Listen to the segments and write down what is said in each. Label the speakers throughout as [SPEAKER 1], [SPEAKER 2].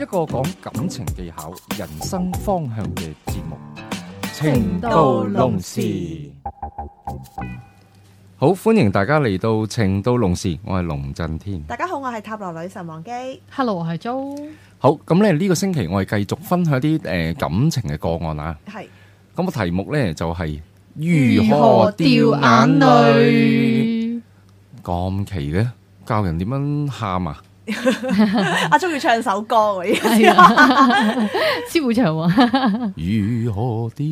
[SPEAKER 1] 一個講感情技巧、人生方向嘅節目《
[SPEAKER 2] 情到濃時》。
[SPEAKER 1] 好，歡迎大家嚟到《情到濃時》，我係龍震天。
[SPEAKER 3] 大家好，我係塔羅女神王姬。
[SPEAKER 2] Hello，我係 Jo，
[SPEAKER 1] 好，咁咧呢個星期我哋繼續分享啲誒、呃感情嘅個案啊。
[SPEAKER 3] 係
[SPEAKER 1] 咁、個題目咧就係、咁奇嘅，教人點樣喊啊？
[SPEAKER 3] 阿鍾意啊唱首歌喎，依家
[SPEAKER 2] 係嗯啊，師傅長話
[SPEAKER 1] 如何掉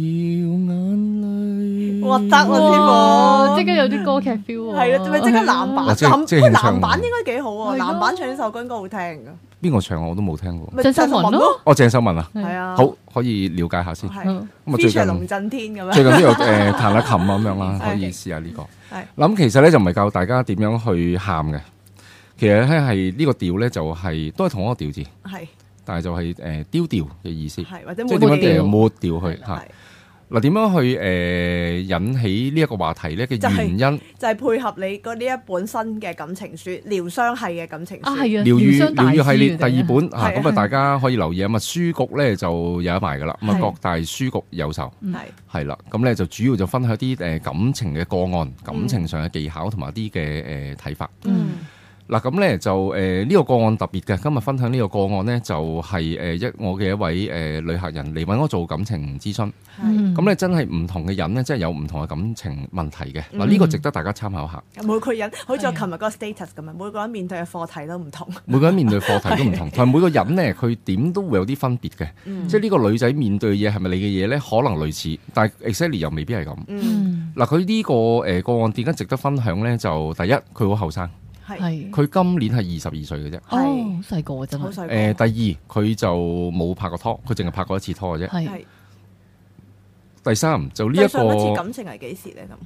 [SPEAKER 1] 眼淚？
[SPEAKER 3] 核突喎，師
[SPEAKER 2] 哇，
[SPEAKER 3] 傅
[SPEAKER 2] 即刻有啲歌劇 feel à. 喎，
[SPEAKER 3] 係啊，咪即 刻男
[SPEAKER 1] 哇
[SPEAKER 3] 版
[SPEAKER 1] 即係
[SPEAKER 3] 男，
[SPEAKER 1] 即係
[SPEAKER 3] 喂
[SPEAKER 1] 獻唱
[SPEAKER 3] 男版應該幾好
[SPEAKER 2] 係
[SPEAKER 3] 喎，
[SPEAKER 2] 咯
[SPEAKER 3] 男版唱呢首歌應該好聽噶。
[SPEAKER 1] 邊個唱我都冇聽過。
[SPEAKER 3] 咪
[SPEAKER 2] 鄭秀
[SPEAKER 3] 鄭秀
[SPEAKER 2] 文
[SPEAKER 3] 文
[SPEAKER 2] 咯
[SPEAKER 3] 咯，
[SPEAKER 1] 哦，鄭秀文啊，
[SPEAKER 3] 係啊，
[SPEAKER 1] 好可以了解下先。咁啊，
[SPEAKER 2] Ờ. 嗯
[SPEAKER 3] 係
[SPEAKER 1] 最
[SPEAKER 3] feature 龍
[SPEAKER 1] 近
[SPEAKER 3] 震天咁
[SPEAKER 1] 最近
[SPEAKER 3] 樣，
[SPEAKER 1] 都有誒彈下琴啊咁樣 啦，
[SPEAKER 3] 係
[SPEAKER 1] 可以試下呢個。
[SPEAKER 3] 係
[SPEAKER 1] 咁其實咧就唔係教大家點樣去喊嘅，其實咧係呢個調咧就係都係同一個調字，
[SPEAKER 3] 係
[SPEAKER 1] 但係就係誒丟調嘅意思，即
[SPEAKER 3] 係或者
[SPEAKER 1] 係
[SPEAKER 3] 冇
[SPEAKER 1] 點
[SPEAKER 2] 調
[SPEAKER 1] 樣誒呃
[SPEAKER 3] 調
[SPEAKER 1] 抹掉去嚇
[SPEAKER 3] 係。
[SPEAKER 1] 嗱，點樣去誒、呃引起呢一個話題咧
[SPEAKER 3] 就
[SPEAKER 1] 嘅
[SPEAKER 3] 係
[SPEAKER 1] 原因？
[SPEAKER 3] 就係配合你嗰呢一本新嘅感情書，療傷系嘅感情
[SPEAKER 2] 啊
[SPEAKER 3] 書，
[SPEAKER 2] 係啊，
[SPEAKER 1] 療愈
[SPEAKER 2] 療傷大
[SPEAKER 1] 療愈系列
[SPEAKER 2] 師
[SPEAKER 1] 第二本啊，
[SPEAKER 3] 係啊
[SPEAKER 1] 咁啊大家可以留意啊嘛。書局咧就有得賣噶啦，咁啊
[SPEAKER 3] 係
[SPEAKER 1] 各大書局有售，
[SPEAKER 3] 係
[SPEAKER 1] 係啦。咁咧就主要就分享啲誒感情嘅個案、感情上嘅呃技巧同埋啲嘅誒睇法。
[SPEAKER 2] 嗯
[SPEAKER 1] 嗱咁咧就誒呢個個案特別嘅，今日分享呢個個案咧就係誒一我嘅一位誒女客人嚟揾我做感情諮詢，
[SPEAKER 3] 係
[SPEAKER 2] 嗯
[SPEAKER 1] 咁咧真係唔同嘅人咧，真係有唔同嘅感情問題嘅。嗱
[SPEAKER 3] 嗯
[SPEAKER 1] 呢個值得大家參考下。
[SPEAKER 3] 每個
[SPEAKER 2] 啊
[SPEAKER 3] 人好似我琴日嗰個 status 咁樣，啊每個人面對嘅課題都唔同，
[SPEAKER 1] 每個人面對課題都唔同，同埋每個人呢，佢點都會有啲分別嘅。
[SPEAKER 3] 嗯
[SPEAKER 1] 即係呢個女仔面對嘅嘢係咪你嘅嘢呢？可能類似，但係 exactly 又未必係咁。
[SPEAKER 2] Ừ.
[SPEAKER 3] 嗯
[SPEAKER 2] 嗯
[SPEAKER 1] 嗱，佢呢個誒個案點解值得分享呢？就第一，佢好後生，
[SPEAKER 3] 係
[SPEAKER 2] 係
[SPEAKER 1] 佢今年係二十二歲嘅啫。
[SPEAKER 2] 哦
[SPEAKER 3] 係
[SPEAKER 2] 好細個啊真
[SPEAKER 3] 好
[SPEAKER 2] 嗯
[SPEAKER 1] 誒、
[SPEAKER 2] 係
[SPEAKER 3] 細個，
[SPEAKER 1] 第二，佢就冇拍過拖，佢淨係拍過一次拖嘅啫。
[SPEAKER 2] 係
[SPEAKER 3] 係
[SPEAKER 1] 第三，就呢、
[SPEAKER 3] 對
[SPEAKER 1] 一
[SPEAKER 3] 上一次
[SPEAKER 1] 個
[SPEAKER 3] 感情係幾時咧？咁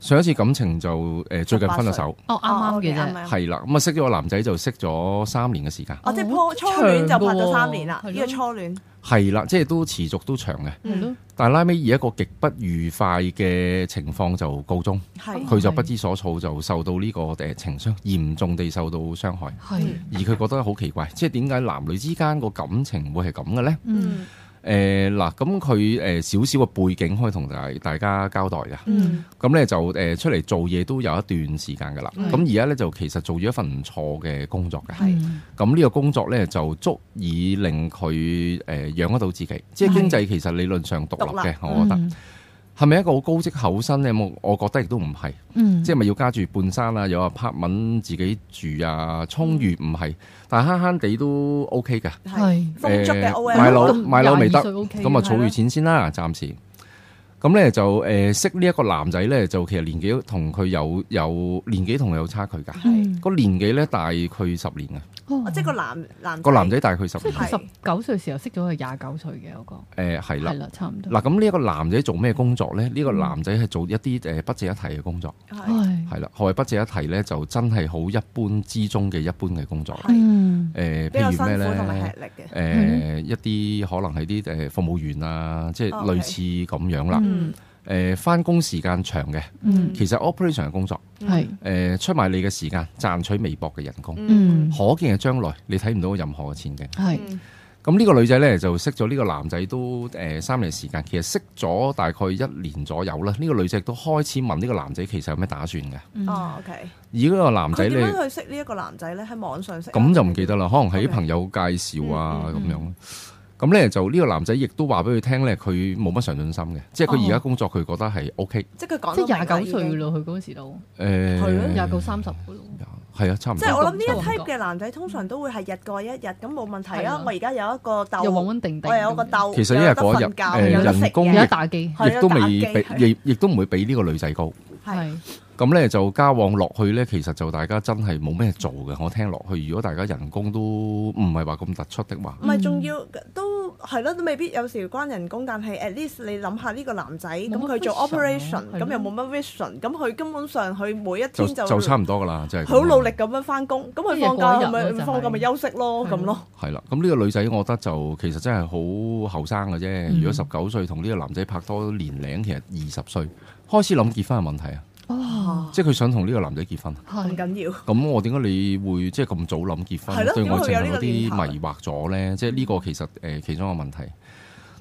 [SPEAKER 1] 上一次感情就呃誒、最近分咗手，
[SPEAKER 2] 哦啱啱嘅啫
[SPEAKER 3] 哦 Ờ, ，OK，。啱啱
[SPEAKER 1] 係啦。咁啊，識咗個男仔就識咗三年嘅時間，
[SPEAKER 3] 哦，即係
[SPEAKER 2] 哦
[SPEAKER 3] 初初戀就拍咗三年啦，
[SPEAKER 2] 長㗎喎
[SPEAKER 3] 呢個初戀，
[SPEAKER 1] 係啦，即係都持續都長嘅。
[SPEAKER 2] 係咯，
[SPEAKER 1] 但係拉尾以一個極不愉快嘅情況就告終，
[SPEAKER 3] 係
[SPEAKER 1] 佢就不知所措，就受到呢個誒情傷，嚴重地受到傷害。
[SPEAKER 2] 係，
[SPEAKER 1] 而佢覺得好奇怪，即係點解男女之間個感情會係咁嘅呢？
[SPEAKER 2] 嗯，
[SPEAKER 3] 嗯
[SPEAKER 1] 誒、嗱，咁佢誒少少嘅背景可以同大大家交代㗎。
[SPEAKER 3] 嗯
[SPEAKER 1] 咁呢就誒、出嚟做嘢都有一段時間㗎啦。
[SPEAKER 2] 嗯
[SPEAKER 1] 咁而家呢，就其實做咗一份唔錯嘅工作嘅。
[SPEAKER 3] 係
[SPEAKER 2] 嗯
[SPEAKER 1] 咁呢個工作呢，就足以令佢誒、養得到自己，即係
[SPEAKER 2] 嗯
[SPEAKER 1] 經濟其實理論上獨立嘅，
[SPEAKER 3] 獨
[SPEAKER 1] 我覺得。係咪一個好高職厚薪呢？我我覺得亦都唔係，
[SPEAKER 2] 嗯，
[SPEAKER 1] 即係咪要家住半山啊，有 apartment 自己住啊，充裕唔係，但係慳慳地都 OK 嘅。
[SPEAKER 3] 嗯係
[SPEAKER 2] 係
[SPEAKER 3] 風燭嘅
[SPEAKER 1] 誒
[SPEAKER 3] OL
[SPEAKER 1] 買樓
[SPEAKER 2] 咁
[SPEAKER 1] 買樓未得，
[SPEAKER 2] 22歲 Dạ, OK
[SPEAKER 1] 咁啊
[SPEAKER 2] 嘅
[SPEAKER 1] 儲住錢先啦，暫時。咁咧就誒、識呢一個男仔咧，就其實年紀同佢有有年紀同佢有差距㗎。
[SPEAKER 2] 嗯
[SPEAKER 1] 個年紀咧大佢十年嘅，
[SPEAKER 2] 哦
[SPEAKER 3] 即係個男男
[SPEAKER 1] 個男仔大佢十
[SPEAKER 2] 即係
[SPEAKER 1] 年。
[SPEAKER 2] 佢
[SPEAKER 3] 係
[SPEAKER 2] 十九歲時候識咗佢廿九歲嘅嗰個，
[SPEAKER 1] 誒係啦
[SPEAKER 2] 係。啦，差唔多。
[SPEAKER 1] 嗱咁呢一個男仔做咩工作咧？呢、個男仔係做一啲誒不值一提嘅工作。
[SPEAKER 3] 係
[SPEAKER 2] 係，
[SPEAKER 1] 係啦，何謂不值一提呢？就真係好一般之中嘅一般嘅工作。
[SPEAKER 3] 係
[SPEAKER 2] Ừ.
[SPEAKER 1] 誒、
[SPEAKER 2] 嗯，
[SPEAKER 3] 比較
[SPEAKER 1] 譬
[SPEAKER 3] 辛
[SPEAKER 1] 如咩
[SPEAKER 3] 苦同埋
[SPEAKER 1] 呢？
[SPEAKER 3] 吃力嘅，
[SPEAKER 1] 誒、嗯一啲可能係啲誒服務員啊，即係
[SPEAKER 3] 哦
[SPEAKER 1] 類似咁樣啦。
[SPEAKER 3] 嗯
[SPEAKER 1] 誒翻工時間長嘅，
[SPEAKER 2] 嗯，
[SPEAKER 1] 其實 operation 嘅工作，
[SPEAKER 3] 嗯
[SPEAKER 1] 誒、
[SPEAKER 2] 係，
[SPEAKER 1] 出賣你嘅時間，賺取微薄嘅人工。
[SPEAKER 2] 嗯，
[SPEAKER 1] 可見嘅將來，你睇唔到任何嘅前景。
[SPEAKER 2] 係，
[SPEAKER 3] 嗯
[SPEAKER 1] 咁呢個女仔呢，就識咗呢個男仔都誒、三年時間，其實識咗大概一年左右啦。呢、個女仔亦都開始問呢個男仔其實有咩打算嘅。
[SPEAKER 2] 嗯，
[SPEAKER 3] 哦，OK。
[SPEAKER 1] 而嗰個男仔
[SPEAKER 3] 佢點
[SPEAKER 1] 呢。
[SPEAKER 3] 樣去識呢一個男仔咧？喺網上識啊
[SPEAKER 1] 咁就唔記得啦，可能係
[SPEAKER 3] OK
[SPEAKER 1] 啲朋友介紹啊咁
[SPEAKER 2] 嗯嗯
[SPEAKER 1] 樣。咁咧就呢個男仔亦都話俾佢聽咧，佢冇乜上進心嘅，即係佢而家
[SPEAKER 2] 哦
[SPEAKER 1] 工作佢覺得係 O K。
[SPEAKER 3] 即係佢講
[SPEAKER 2] 即係
[SPEAKER 3] 到
[SPEAKER 2] 廿九歲噶，咯，佢嗰時都
[SPEAKER 1] 誒，
[SPEAKER 2] 廿九三十噶咯，
[SPEAKER 1] 呃係啊，差唔
[SPEAKER 3] 即係我
[SPEAKER 1] 多。
[SPEAKER 3] 諗呢一 type 嘅男仔通常都會係日過一日，咁冇問題
[SPEAKER 2] 係
[SPEAKER 3] 啊
[SPEAKER 2] 啊！
[SPEAKER 3] 我而家有一個鬥，
[SPEAKER 2] 又穩穩定定，
[SPEAKER 3] 我有一個鬥，
[SPEAKER 1] 其實一日過一日
[SPEAKER 3] 有
[SPEAKER 2] 誒
[SPEAKER 3] 得瞓覺有得食
[SPEAKER 1] 人工
[SPEAKER 2] 有
[SPEAKER 3] 嘢
[SPEAKER 2] 得打機，
[SPEAKER 3] 係啊
[SPEAKER 1] 亦都
[SPEAKER 3] 打
[SPEAKER 1] 未
[SPEAKER 3] 機
[SPEAKER 1] 比，亦亦都唔會比呢個女仔高。
[SPEAKER 3] 係
[SPEAKER 2] 係，
[SPEAKER 1] 咁咧就交往落去咧，其實就大家真係冇咩做嘅。我聽落去，如果大家人工都唔係話咁突出的話，
[SPEAKER 3] 唔係，仲要都係咯，都未必有時關人工，但係 at least 你諗下呢個男仔，咁
[SPEAKER 2] 冇乜
[SPEAKER 3] 佢做
[SPEAKER 2] vision 啊
[SPEAKER 3] operation，
[SPEAKER 2] 係咯
[SPEAKER 3] 咁又冇乜 vision，咁佢根本上佢每一
[SPEAKER 1] 就
[SPEAKER 3] 天就
[SPEAKER 1] 就差唔多噶啦，即係咁樣
[SPEAKER 3] 好努力。咁樣翻工，咁佢放假
[SPEAKER 2] 一日過一日
[SPEAKER 3] 佢咪
[SPEAKER 2] 咯就係
[SPEAKER 3] 放假咪休息咯，
[SPEAKER 2] 係
[SPEAKER 3] 咁咯，
[SPEAKER 1] 係啦，咁呢個女仔我覺得就其實真係好後生嘅啫。如果
[SPEAKER 2] 嗯
[SPEAKER 1] 十九歲同呢個男仔拍拖年齡，其實二十歲開始諗結婚嘅問題啊，
[SPEAKER 2] 哦，
[SPEAKER 1] 即係佢想同呢個男仔結婚。
[SPEAKER 3] 咁
[SPEAKER 2] 係
[SPEAKER 3] 緊要。
[SPEAKER 1] 咁我點解你會即係咁早諗結
[SPEAKER 3] 係
[SPEAKER 1] 婚？
[SPEAKER 3] 咯
[SPEAKER 1] 對愛情
[SPEAKER 3] 點解會有呢
[SPEAKER 1] 有
[SPEAKER 3] 個
[SPEAKER 1] 啲
[SPEAKER 3] 念頭
[SPEAKER 1] 迷惑咗呢？即係呢個其實誒、呃其中一個問題。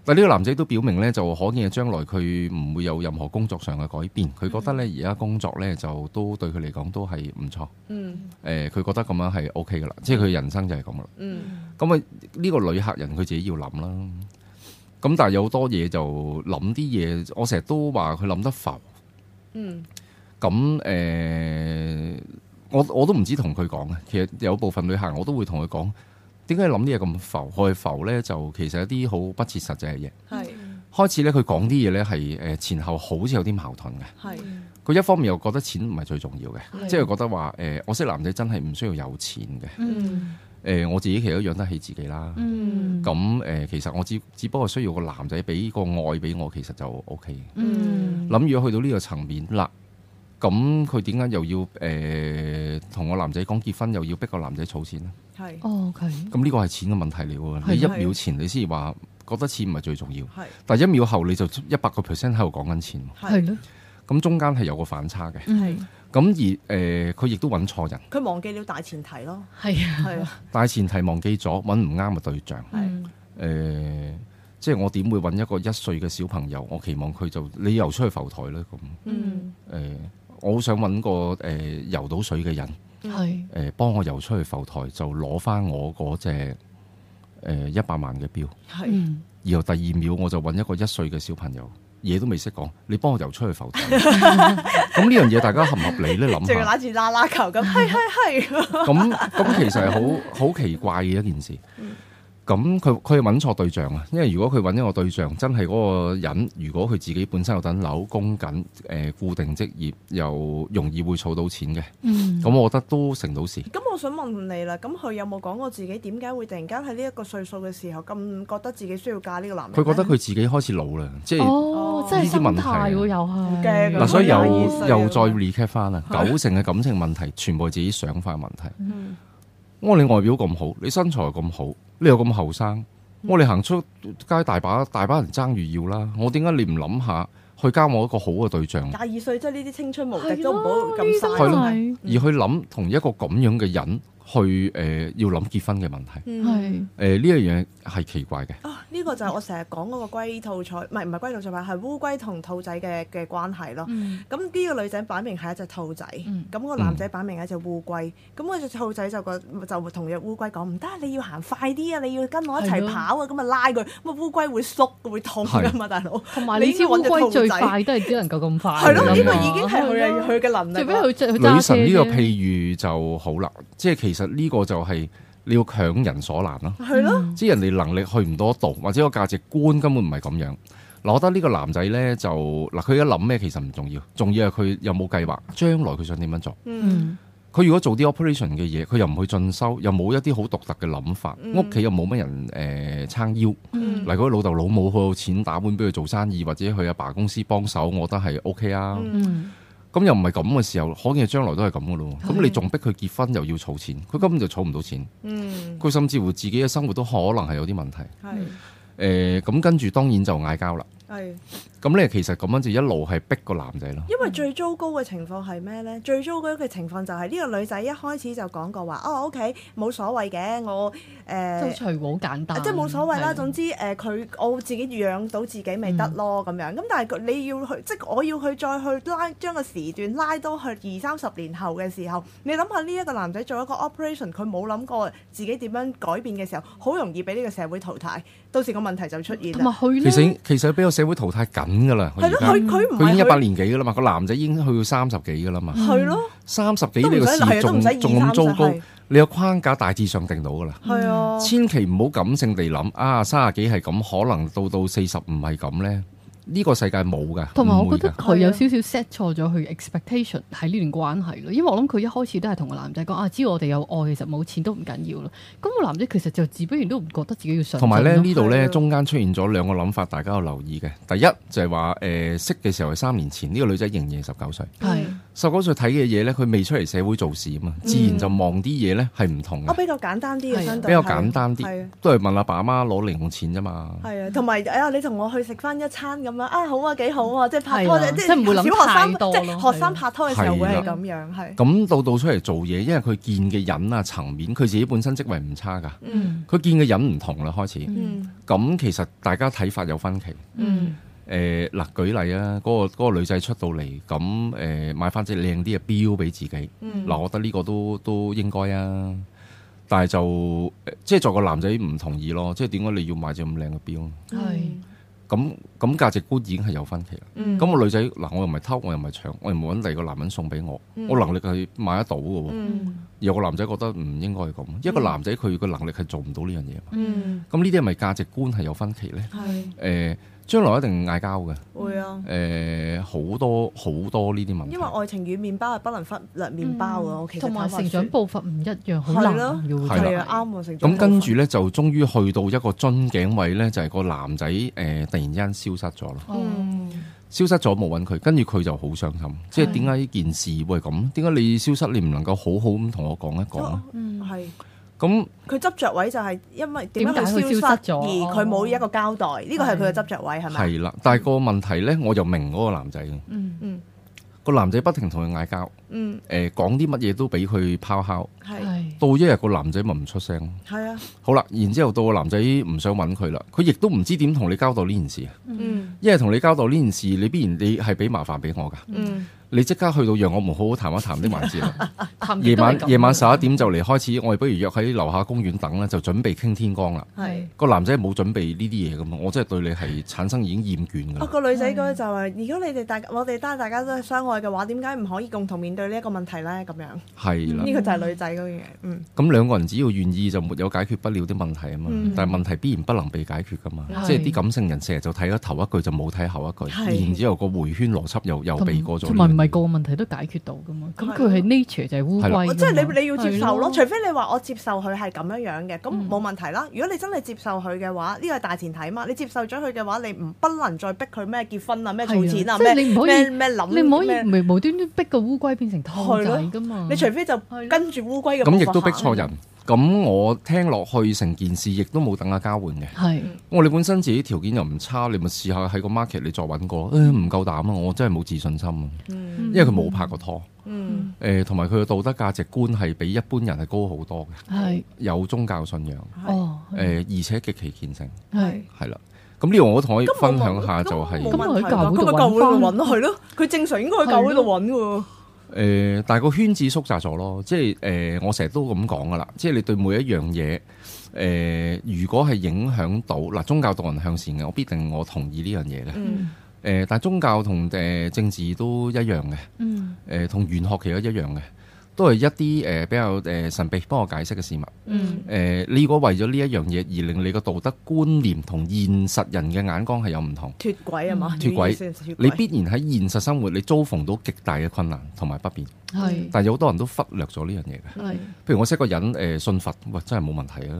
[SPEAKER 1] 但呢個男仔都表明呢，就可見嘅將來佢唔會有任何工作上嘅改變。佢覺得呢，而家工作呢，就都對佢嚟講都係唔錯。誒、
[SPEAKER 3] 嗯
[SPEAKER 1] 佢覺得咁樣係 O K 噶啦，即係佢人生就係咁噶啦。
[SPEAKER 3] 嗯，
[SPEAKER 1] 咁啊，呢個女客人佢自己要諗啦。咁但係有好多嘢就諗啲嘢，我成日都話佢諗得浮。
[SPEAKER 3] 嗯
[SPEAKER 1] 咁誒、呃我我都唔知同佢講嘅。其實有部分旅行我都會同佢講，點解你諗啲嘢咁浮？佢浮咧就其實一啲好不切實際嘅嘢。
[SPEAKER 3] 係
[SPEAKER 1] 開始咧，佢講啲嘢咧係誒前後好似有啲矛盾嘅。
[SPEAKER 3] 係
[SPEAKER 1] 佢一方面又覺得錢唔係最重要嘅，
[SPEAKER 2] 係
[SPEAKER 1] 即係覺得話誒、呃我識男仔真係唔需要有錢嘅。誒、
[SPEAKER 2] Ừ.
[SPEAKER 3] 嗯
[SPEAKER 1] 我自己其實都養得起自己啦。
[SPEAKER 2] Ừ.
[SPEAKER 3] 嗯
[SPEAKER 1] 咁誒、呃其實我只只不過需要個男仔俾個愛俾我，其實就 O K 嘅。
[SPEAKER 2] Ừ. 嗯
[SPEAKER 1] 諗如果去到呢個層面啦，咁佢點解又要誒同、個男仔講結婚，又要逼個男仔儲錢咧？
[SPEAKER 3] 係
[SPEAKER 2] 哦佢
[SPEAKER 1] 咁呢個係錢嘅問題嚟
[SPEAKER 2] 係
[SPEAKER 1] 喎。你一秒前你先話覺得錢唔係最重要，
[SPEAKER 3] 係
[SPEAKER 1] 但係一秒後你就一百個 percent 喺度講緊錢喎，
[SPEAKER 2] 係
[SPEAKER 3] 係，
[SPEAKER 2] 咯，
[SPEAKER 1] 咁中間係有個反差嘅。
[SPEAKER 2] 嗯
[SPEAKER 1] 咁而誒呃佢亦都揾錯人，
[SPEAKER 3] 佢忘記了大前提咯，
[SPEAKER 2] 係啊，
[SPEAKER 3] 係啊
[SPEAKER 1] 但係前提忘記咗揾唔啱嘅對
[SPEAKER 2] Ừ.
[SPEAKER 1] 象。
[SPEAKER 3] 係
[SPEAKER 2] 嗯
[SPEAKER 1] 誒、呃即係我點會揾一個一歲嘅小朋友？我期望佢就你游出去浮台啦咁。
[SPEAKER 3] 嗯
[SPEAKER 1] 誒、我好想揾個誒、游到水嘅人。
[SPEAKER 2] 係
[SPEAKER 1] 誒、幫我游出去浮台，就攞翻我嗰隻誒一百萬嘅表。
[SPEAKER 3] 係
[SPEAKER 2] 嗯
[SPEAKER 1] 然後第二秒我就揾一個一歲嘅小朋友，嘢都未識講，你幫我游出去浮台。咁呢樣嘢大家合唔合理呢？諗
[SPEAKER 3] 仲要
[SPEAKER 1] 下，
[SPEAKER 3] 揦住啦啦
[SPEAKER 2] 嗯
[SPEAKER 3] 球咁，係係係，
[SPEAKER 1] 咁咁其實係好好奇怪嘅一件事。咁佢佢揾錯對象啊，因為如果佢揾一個對象，真係嗰個人，如果佢自己本身有等樓供緊，誒、呃固定職業又容易會儲到錢嘅，
[SPEAKER 2] 嗯
[SPEAKER 1] 咁我覺得都成到事。
[SPEAKER 3] 咁我想問你啦，咁佢有冇講過自己點解會突然間喺呢一個歲數嘅時候咁覺得自己需要嫁呢個男人呢？
[SPEAKER 1] 佢覺得佢自己開始老啦，即係。
[SPEAKER 2] 哦，即係心態喎，又係
[SPEAKER 3] 驚啊
[SPEAKER 1] 啊嗱，所以又
[SPEAKER 3] 佢廿二歲啊
[SPEAKER 1] 又再 recap 翻啦，九成嘅感情問題全部係自己想法問題。
[SPEAKER 3] 嗯
[SPEAKER 1] 我話你外表咁好，你身材咁好，你又咁後生，我哋行出街大把大把人爭住要啦。我點解你唔諗下去交我一個好嘅對象，
[SPEAKER 3] 廿二歲即係呢啲青春無
[SPEAKER 2] 係
[SPEAKER 3] 敵
[SPEAKER 2] 咯
[SPEAKER 3] 都唔好咁
[SPEAKER 2] 呢啲
[SPEAKER 1] 係
[SPEAKER 2] 真
[SPEAKER 1] 咯
[SPEAKER 3] 嘥。
[SPEAKER 2] 係
[SPEAKER 1] 而去諗同一個咁樣嘅人去誒、呃要諗結婚嘅問題？
[SPEAKER 3] 嗯
[SPEAKER 2] 係
[SPEAKER 1] 誒呢一樣係奇怪嘅。
[SPEAKER 3] 啊，呢個就係我成日講嗰個龜兔賽，唔係唔係龜兔賽馬，係烏龜同兔仔嘅嘅關係咯。
[SPEAKER 2] 嗯
[SPEAKER 3] 咁呢個女仔擺明係一隻兔仔，咁、
[SPEAKER 2] 嗯
[SPEAKER 3] 個男仔擺明係一隻烏龜，咁嗰只兔仔就個就同只烏龜講唔得，你要行快啲啊，你要跟我一
[SPEAKER 2] 係
[SPEAKER 3] 齊
[SPEAKER 2] 咯
[SPEAKER 3] 跑啊，咁啊拉佢，咁啊烏龜會縮會痛噶嘛，大佬。
[SPEAKER 2] 同埋你知烏龜最快都係只能夠咁快，
[SPEAKER 3] 係咯，呢
[SPEAKER 1] 咁
[SPEAKER 3] 個
[SPEAKER 1] 啊
[SPEAKER 3] 已經係佢嘅佢嘅能力
[SPEAKER 2] 最
[SPEAKER 3] 啦。
[SPEAKER 2] 尾佢最
[SPEAKER 1] 女神呢個譬喻就好啦，即係其實呢個就係你要強人所難咯。
[SPEAKER 3] 係咯，
[SPEAKER 1] 即係人哋能力去唔到一度，或者個價值觀根本唔係咁樣。嗱，我覺得呢個男仔呢，就嗱，佢而家諗咩其實唔重要，重要係佢有冇計劃，將來佢想點樣做。
[SPEAKER 3] 嗯
[SPEAKER 2] 嗯
[SPEAKER 1] 佢如果做啲 operation 嘅嘢，佢又唔去進修，又冇一啲好獨特嘅諗法，
[SPEAKER 3] 嗯
[SPEAKER 1] 屋企、又冇乜人誒撐、
[SPEAKER 3] 嗯
[SPEAKER 1] 腰，嚟佢老豆老母好有錢打碗俾佢做生意，或者去阿爸公司幫手，我覺得係 OK 啊。
[SPEAKER 3] 嗯
[SPEAKER 2] 嗯
[SPEAKER 1] 咁、又唔係咁嘅時候，可見係將來都係咁噶咯。咁
[SPEAKER 2] 係
[SPEAKER 1] 你仲逼佢結婚又要儲錢，佢根本就儲唔到錢，
[SPEAKER 3] 嗯，
[SPEAKER 1] 佢甚至乎自己嘅生活都可能係有啲問題。
[SPEAKER 3] 係
[SPEAKER 1] 誒呃咁跟住當然就嗌交啦。
[SPEAKER 3] 係。
[SPEAKER 1] 咁咧其實咁樣就一路係逼個男仔咯。
[SPEAKER 3] 因為最糟糕嘅情況係咩呢？最糟糕嘅情況就係呢個女仔一開始就講過話，哦，OK，冇所謂嘅，我誒、呃
[SPEAKER 2] 即係除好簡單，
[SPEAKER 3] 即係冇所謂啦。總之誒，佢、我自己養到自己咪得咯咁樣。咁但係佢你要去，即係我要去再去拉將個時段拉多去二三十年後嘅時候，你諗下呢一個男仔做一個 operation，佢冇諗過自己點樣改變嘅時候，好容易俾呢個社會淘汰。到時個問題就出現
[SPEAKER 2] 同
[SPEAKER 3] 啦。
[SPEAKER 2] 埋去
[SPEAKER 1] 其實已
[SPEAKER 2] 咧
[SPEAKER 1] 經其實俾個社會淘汰緊㗎啦。佢
[SPEAKER 3] 係
[SPEAKER 1] 而
[SPEAKER 3] 咯，
[SPEAKER 1] 家
[SPEAKER 3] 佢佢唔
[SPEAKER 1] 佢已經一
[SPEAKER 3] 係
[SPEAKER 1] 百
[SPEAKER 3] 佢
[SPEAKER 1] 年幾㗎啦嘛，個男仔已經去到三十幾㗎啦嘛。
[SPEAKER 3] 係咯，
[SPEAKER 1] 三十幾
[SPEAKER 3] 都
[SPEAKER 1] 呢
[SPEAKER 3] 唔
[SPEAKER 1] 個
[SPEAKER 3] 使係
[SPEAKER 1] 事
[SPEAKER 3] 啊，都唔使
[SPEAKER 1] 仲仲咁
[SPEAKER 3] 二
[SPEAKER 1] 糟
[SPEAKER 3] 三十
[SPEAKER 1] 糕
[SPEAKER 3] 係，
[SPEAKER 1] 你有框架大致上定到㗎啦。
[SPEAKER 3] 係啊，
[SPEAKER 1] 千祈唔好感性地諗啊，三十幾係咁，可能到到四十唔係咁呢。呢個世界冇㗎，
[SPEAKER 2] 同埋我覺
[SPEAKER 1] 覺
[SPEAKER 2] 得佢有少少 set 錯咗佢 expectation 喺呢段關係咯，因為我諗佢一開始都係同個男仔講啊，只要我哋有愛，其實冇錢都唔緊要啦。咁個男仔其實就自不然都唔覺得自己要上進咯。
[SPEAKER 1] 同埋咧呢度
[SPEAKER 3] 係
[SPEAKER 1] 咧
[SPEAKER 3] 啊
[SPEAKER 1] 中間出現咗兩個諗法，大家有留意嘅。第一就係話誒識嘅時候係三年前，呢、個女仔仍然係十九歲，
[SPEAKER 2] 係
[SPEAKER 3] 嗯
[SPEAKER 1] 十九歲睇嘅嘢咧，佢未出嚟社會做事啊嘛，自然就望啲嘢咧係唔同
[SPEAKER 3] 我
[SPEAKER 1] 嘅，
[SPEAKER 3] 比較哦簡單啲
[SPEAKER 2] 係啊
[SPEAKER 3] 嘅相
[SPEAKER 1] 比
[SPEAKER 3] 對
[SPEAKER 1] 較
[SPEAKER 3] 係
[SPEAKER 1] 簡單啲
[SPEAKER 3] 係啊，
[SPEAKER 1] 都係問阿爸媽攞零用錢啫嘛。
[SPEAKER 3] 係啊，同埋哎呀，你同我去食翻一餐咁樣啊，好啊，幾好啊，即係拍拖
[SPEAKER 2] 係啊
[SPEAKER 3] 即係
[SPEAKER 2] 即係唔會諗
[SPEAKER 3] 小學生
[SPEAKER 2] 太多
[SPEAKER 3] 即
[SPEAKER 2] 咯啊
[SPEAKER 3] 係學生拍拖嘅時候會係咁樣，係
[SPEAKER 1] 咁到到出嚟做嘢，因為佢見嘅人啊層面，佢自己本身職位唔差㗎，
[SPEAKER 2] 嗯
[SPEAKER 1] 佢見嘅人唔同啦開始。
[SPEAKER 2] 嗯
[SPEAKER 3] 嗯
[SPEAKER 1] 咁其實大家睇法有分歧。
[SPEAKER 2] 嗯
[SPEAKER 1] 誒嗱、舉例啊，嗰、個嗰個女仔出到嚟，咁誒、買翻隻靚啲嘅錶俾自己，嗱、
[SPEAKER 3] 嗯
[SPEAKER 1] 我覺得呢個都都應該啊。但係就誒即係作為個男仔唔同意咯，即係點解你要買隻咁靚嘅錶？
[SPEAKER 3] 嗯
[SPEAKER 2] 係
[SPEAKER 1] 咁咁價值觀已經係有分歧啦。
[SPEAKER 3] 嗯
[SPEAKER 1] 咁、個女仔嗱，我又唔係偷，我又唔係搶，我又冇揾第二個男人送俾我，
[SPEAKER 3] 嗯
[SPEAKER 1] 我能力係買得到嘅喎。
[SPEAKER 3] 嗯
[SPEAKER 1] 有個男仔覺得唔應該係咁，一個男仔佢個能力係做唔到呢樣嘢嘛。
[SPEAKER 2] 嗯
[SPEAKER 1] 咁呢啲係咪價值觀係有分歧呢？
[SPEAKER 3] 係
[SPEAKER 1] 誒、將來一定嗌交嘅。
[SPEAKER 3] 會啊，
[SPEAKER 1] 誒好、多好多呢啲問題，
[SPEAKER 3] 因為愛情與麵包係不能忽略麵包啊，我其實
[SPEAKER 2] 嗯同埋
[SPEAKER 3] 坦白
[SPEAKER 2] 成長
[SPEAKER 3] 說
[SPEAKER 2] 步伐唔一樣，好難
[SPEAKER 3] 係
[SPEAKER 2] 嘅
[SPEAKER 3] 咯，
[SPEAKER 1] 係
[SPEAKER 2] 喎。
[SPEAKER 3] 係
[SPEAKER 2] 真
[SPEAKER 3] 啊，啱啊，成長
[SPEAKER 1] 咁跟住
[SPEAKER 3] 步伐
[SPEAKER 1] 呢，就終於去到一個樽頸位呢，就係、個男仔誒、突然之間消失咗咯，
[SPEAKER 2] 哦
[SPEAKER 3] 嗯
[SPEAKER 1] 消失咗冇揾佢，跟住佢就好傷心，即係點解呢件事會係咁？點解你消失你唔能夠好好咁同我講一講呢？
[SPEAKER 2] 嗯
[SPEAKER 3] 係。
[SPEAKER 1] 咁
[SPEAKER 3] 佢執着位就係因為點解
[SPEAKER 2] 點解佢消
[SPEAKER 3] 佢消
[SPEAKER 2] 失
[SPEAKER 3] 失
[SPEAKER 2] 咗
[SPEAKER 3] 而佢冇一個交代，呢個係佢嘅執着位係咪？
[SPEAKER 1] 係啦，但係個問題呢，我又明嗰個男仔嘅，
[SPEAKER 2] 嗯
[SPEAKER 3] 嗯
[SPEAKER 1] 個男仔不停同佢嗌交，
[SPEAKER 3] 嗯
[SPEAKER 1] 誒講啲乜嘢都俾佢拋敲，
[SPEAKER 3] 係
[SPEAKER 2] 係
[SPEAKER 1] 到一日個男仔咪唔出聲咯。
[SPEAKER 3] 係啊
[SPEAKER 1] 好啦，然之後到個男仔唔想揾佢啦，佢亦都唔知點同你交代呢件事啊。
[SPEAKER 2] Ừ.
[SPEAKER 3] 嗯
[SPEAKER 1] 因為同你交代呢件事，你必然你係俾麻煩俾我噶，
[SPEAKER 3] 嗯
[SPEAKER 1] 你即刻去到讓我們好好談一 談的環節啦。
[SPEAKER 2] 談
[SPEAKER 1] 夜
[SPEAKER 2] 極都係
[SPEAKER 1] 晚
[SPEAKER 2] 咁
[SPEAKER 1] 夜晚十一點就嚟開始，我哋不如約喺樓下公園等啦，就準備傾天光啦。
[SPEAKER 3] 係。
[SPEAKER 1] 個男仔冇準備呢啲嘢噶嘛，我真係對你係產生已經厭
[SPEAKER 2] 嗯
[SPEAKER 1] 倦噶
[SPEAKER 3] 啊
[SPEAKER 1] 啦。
[SPEAKER 3] 個女仔嗰就係，如果你哋大我哋單大家都係相愛嘅話，點解唔可以共同面對呢一個問題咧？咁樣
[SPEAKER 1] 係
[SPEAKER 2] 嗯
[SPEAKER 1] 啦
[SPEAKER 3] 呢，個就係女仔嗰樣嘢，嗯
[SPEAKER 1] 咁兩個人只要願意就沒有解決不了的問題啊嘛。
[SPEAKER 3] 嗯
[SPEAKER 1] 但係問題必然不能被解決噶嘛，
[SPEAKER 2] 係
[SPEAKER 1] 即係啲感性人成日就睇咗頭一句就冇睇後一句，
[SPEAKER 3] 係
[SPEAKER 1] 然之後個回圈邏輯又又避過咗呢
[SPEAKER 2] 同
[SPEAKER 1] 樣嘢。
[SPEAKER 2] 埋唔係個個問題都解決到噶嘛。咁
[SPEAKER 3] 係
[SPEAKER 2] 佢係 nature 就係烏
[SPEAKER 1] 係啦
[SPEAKER 2] 龜㗎嘛，
[SPEAKER 3] 哦即係你你要接受咯，
[SPEAKER 2] 係
[SPEAKER 3] 除非你話我接受佢係咁樣樣嘅，咁
[SPEAKER 2] 嗯
[SPEAKER 3] 冇問題啦。如果你真係接受佢嘅話，呢個係大前提嘛。你接受咗佢嘅話，你唔不能再逼佢咩結婚啊、咩儲錢
[SPEAKER 2] 係啊
[SPEAKER 3] 啊、
[SPEAKER 2] 即係
[SPEAKER 3] 咩
[SPEAKER 2] 你唔可以
[SPEAKER 3] 咩咩諗
[SPEAKER 2] 你唔可以
[SPEAKER 3] 咩
[SPEAKER 2] 無無端端逼個烏龜變成湯
[SPEAKER 3] 係
[SPEAKER 2] 仔
[SPEAKER 3] 咯
[SPEAKER 2] 噶嘛？
[SPEAKER 3] 你除非就
[SPEAKER 2] 係咯
[SPEAKER 3] 跟住烏龜嘅
[SPEAKER 1] 咁亦
[SPEAKER 3] 步伐
[SPEAKER 1] 都逼
[SPEAKER 3] 行
[SPEAKER 1] 錯人。咁我聽落去成件事亦都冇等價交換嘅。
[SPEAKER 2] 係
[SPEAKER 1] 我哋哦本身自己條件又唔差，你咪試下喺個 market 你再揾過。誒、
[SPEAKER 2] 嗯
[SPEAKER 1] 唔夠膽啊！我真係冇自信心啊，
[SPEAKER 3] 嗯
[SPEAKER 1] 因為佢冇拍過拖。
[SPEAKER 3] 嗯
[SPEAKER 1] 誒、同埋佢嘅道德價值觀係比一般人係高好多嘅，
[SPEAKER 2] 係
[SPEAKER 1] 有宗教信仰，
[SPEAKER 2] 哦
[SPEAKER 1] 誒、而且極其虔誠，
[SPEAKER 2] 係
[SPEAKER 1] 係啦。咁呢個我同可以
[SPEAKER 3] 咁
[SPEAKER 1] 分享下就係、誒、
[SPEAKER 2] 咁佢喺教會
[SPEAKER 3] 咁
[SPEAKER 2] 度
[SPEAKER 3] 咪教會度
[SPEAKER 2] 搵
[SPEAKER 3] 揾咯，係咯，佢正常應該去教會度揾嘅
[SPEAKER 1] 但係個圈子縮窄咗咯，即係誒、我成日都咁講噶啦，即係你對每一樣嘢，誒、如果係影響到嗱、宗教導人向善嘅，我必定我同意呢樣嘢嘅。
[SPEAKER 2] 嗯
[SPEAKER 3] 喎。嗯
[SPEAKER 1] 誒、但係宗教同誒、政治都一樣嘅，誒、
[SPEAKER 2] 嗯
[SPEAKER 1] 同玄學其實一樣嘅，都係一啲誒、比較誒、神秘幫我解釋嘅事物。誒、
[SPEAKER 2] 嗯
[SPEAKER 1] 你如果為咗呢一樣嘢而令你個道德觀念同現實人嘅眼光係有唔同，
[SPEAKER 3] 脱軌啊嘛，
[SPEAKER 1] 脱軌
[SPEAKER 3] 意思係脱軌
[SPEAKER 1] 你必然喺現實生活你遭逢到極大嘅困難同埋不便。
[SPEAKER 2] 係
[SPEAKER 1] 但係有好多人都忽略咗呢樣嘢嘅。
[SPEAKER 2] 係
[SPEAKER 1] 譬如我識個人誒、信佛，哇真係冇問題啊！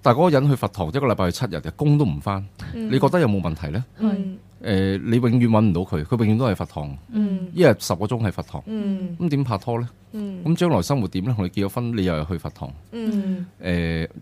[SPEAKER 1] 但係嗰個人去佛堂一個禮拜去七日嘅，工都唔返，你覺得有冇問題呢？
[SPEAKER 3] Ừ.
[SPEAKER 2] 係
[SPEAKER 3] 嗯
[SPEAKER 1] 誒、你永遠揾唔到佢，佢永遠都係佛堂，
[SPEAKER 2] 嗯
[SPEAKER 1] 一日十個鐘係佛堂。
[SPEAKER 3] 嗯
[SPEAKER 1] 咁點拍拖呢？
[SPEAKER 3] 嗯
[SPEAKER 1] 咁將來生活點呢？我哋結咗婚，你又係去佛堂？誒、呃
[SPEAKER 3] 嗯。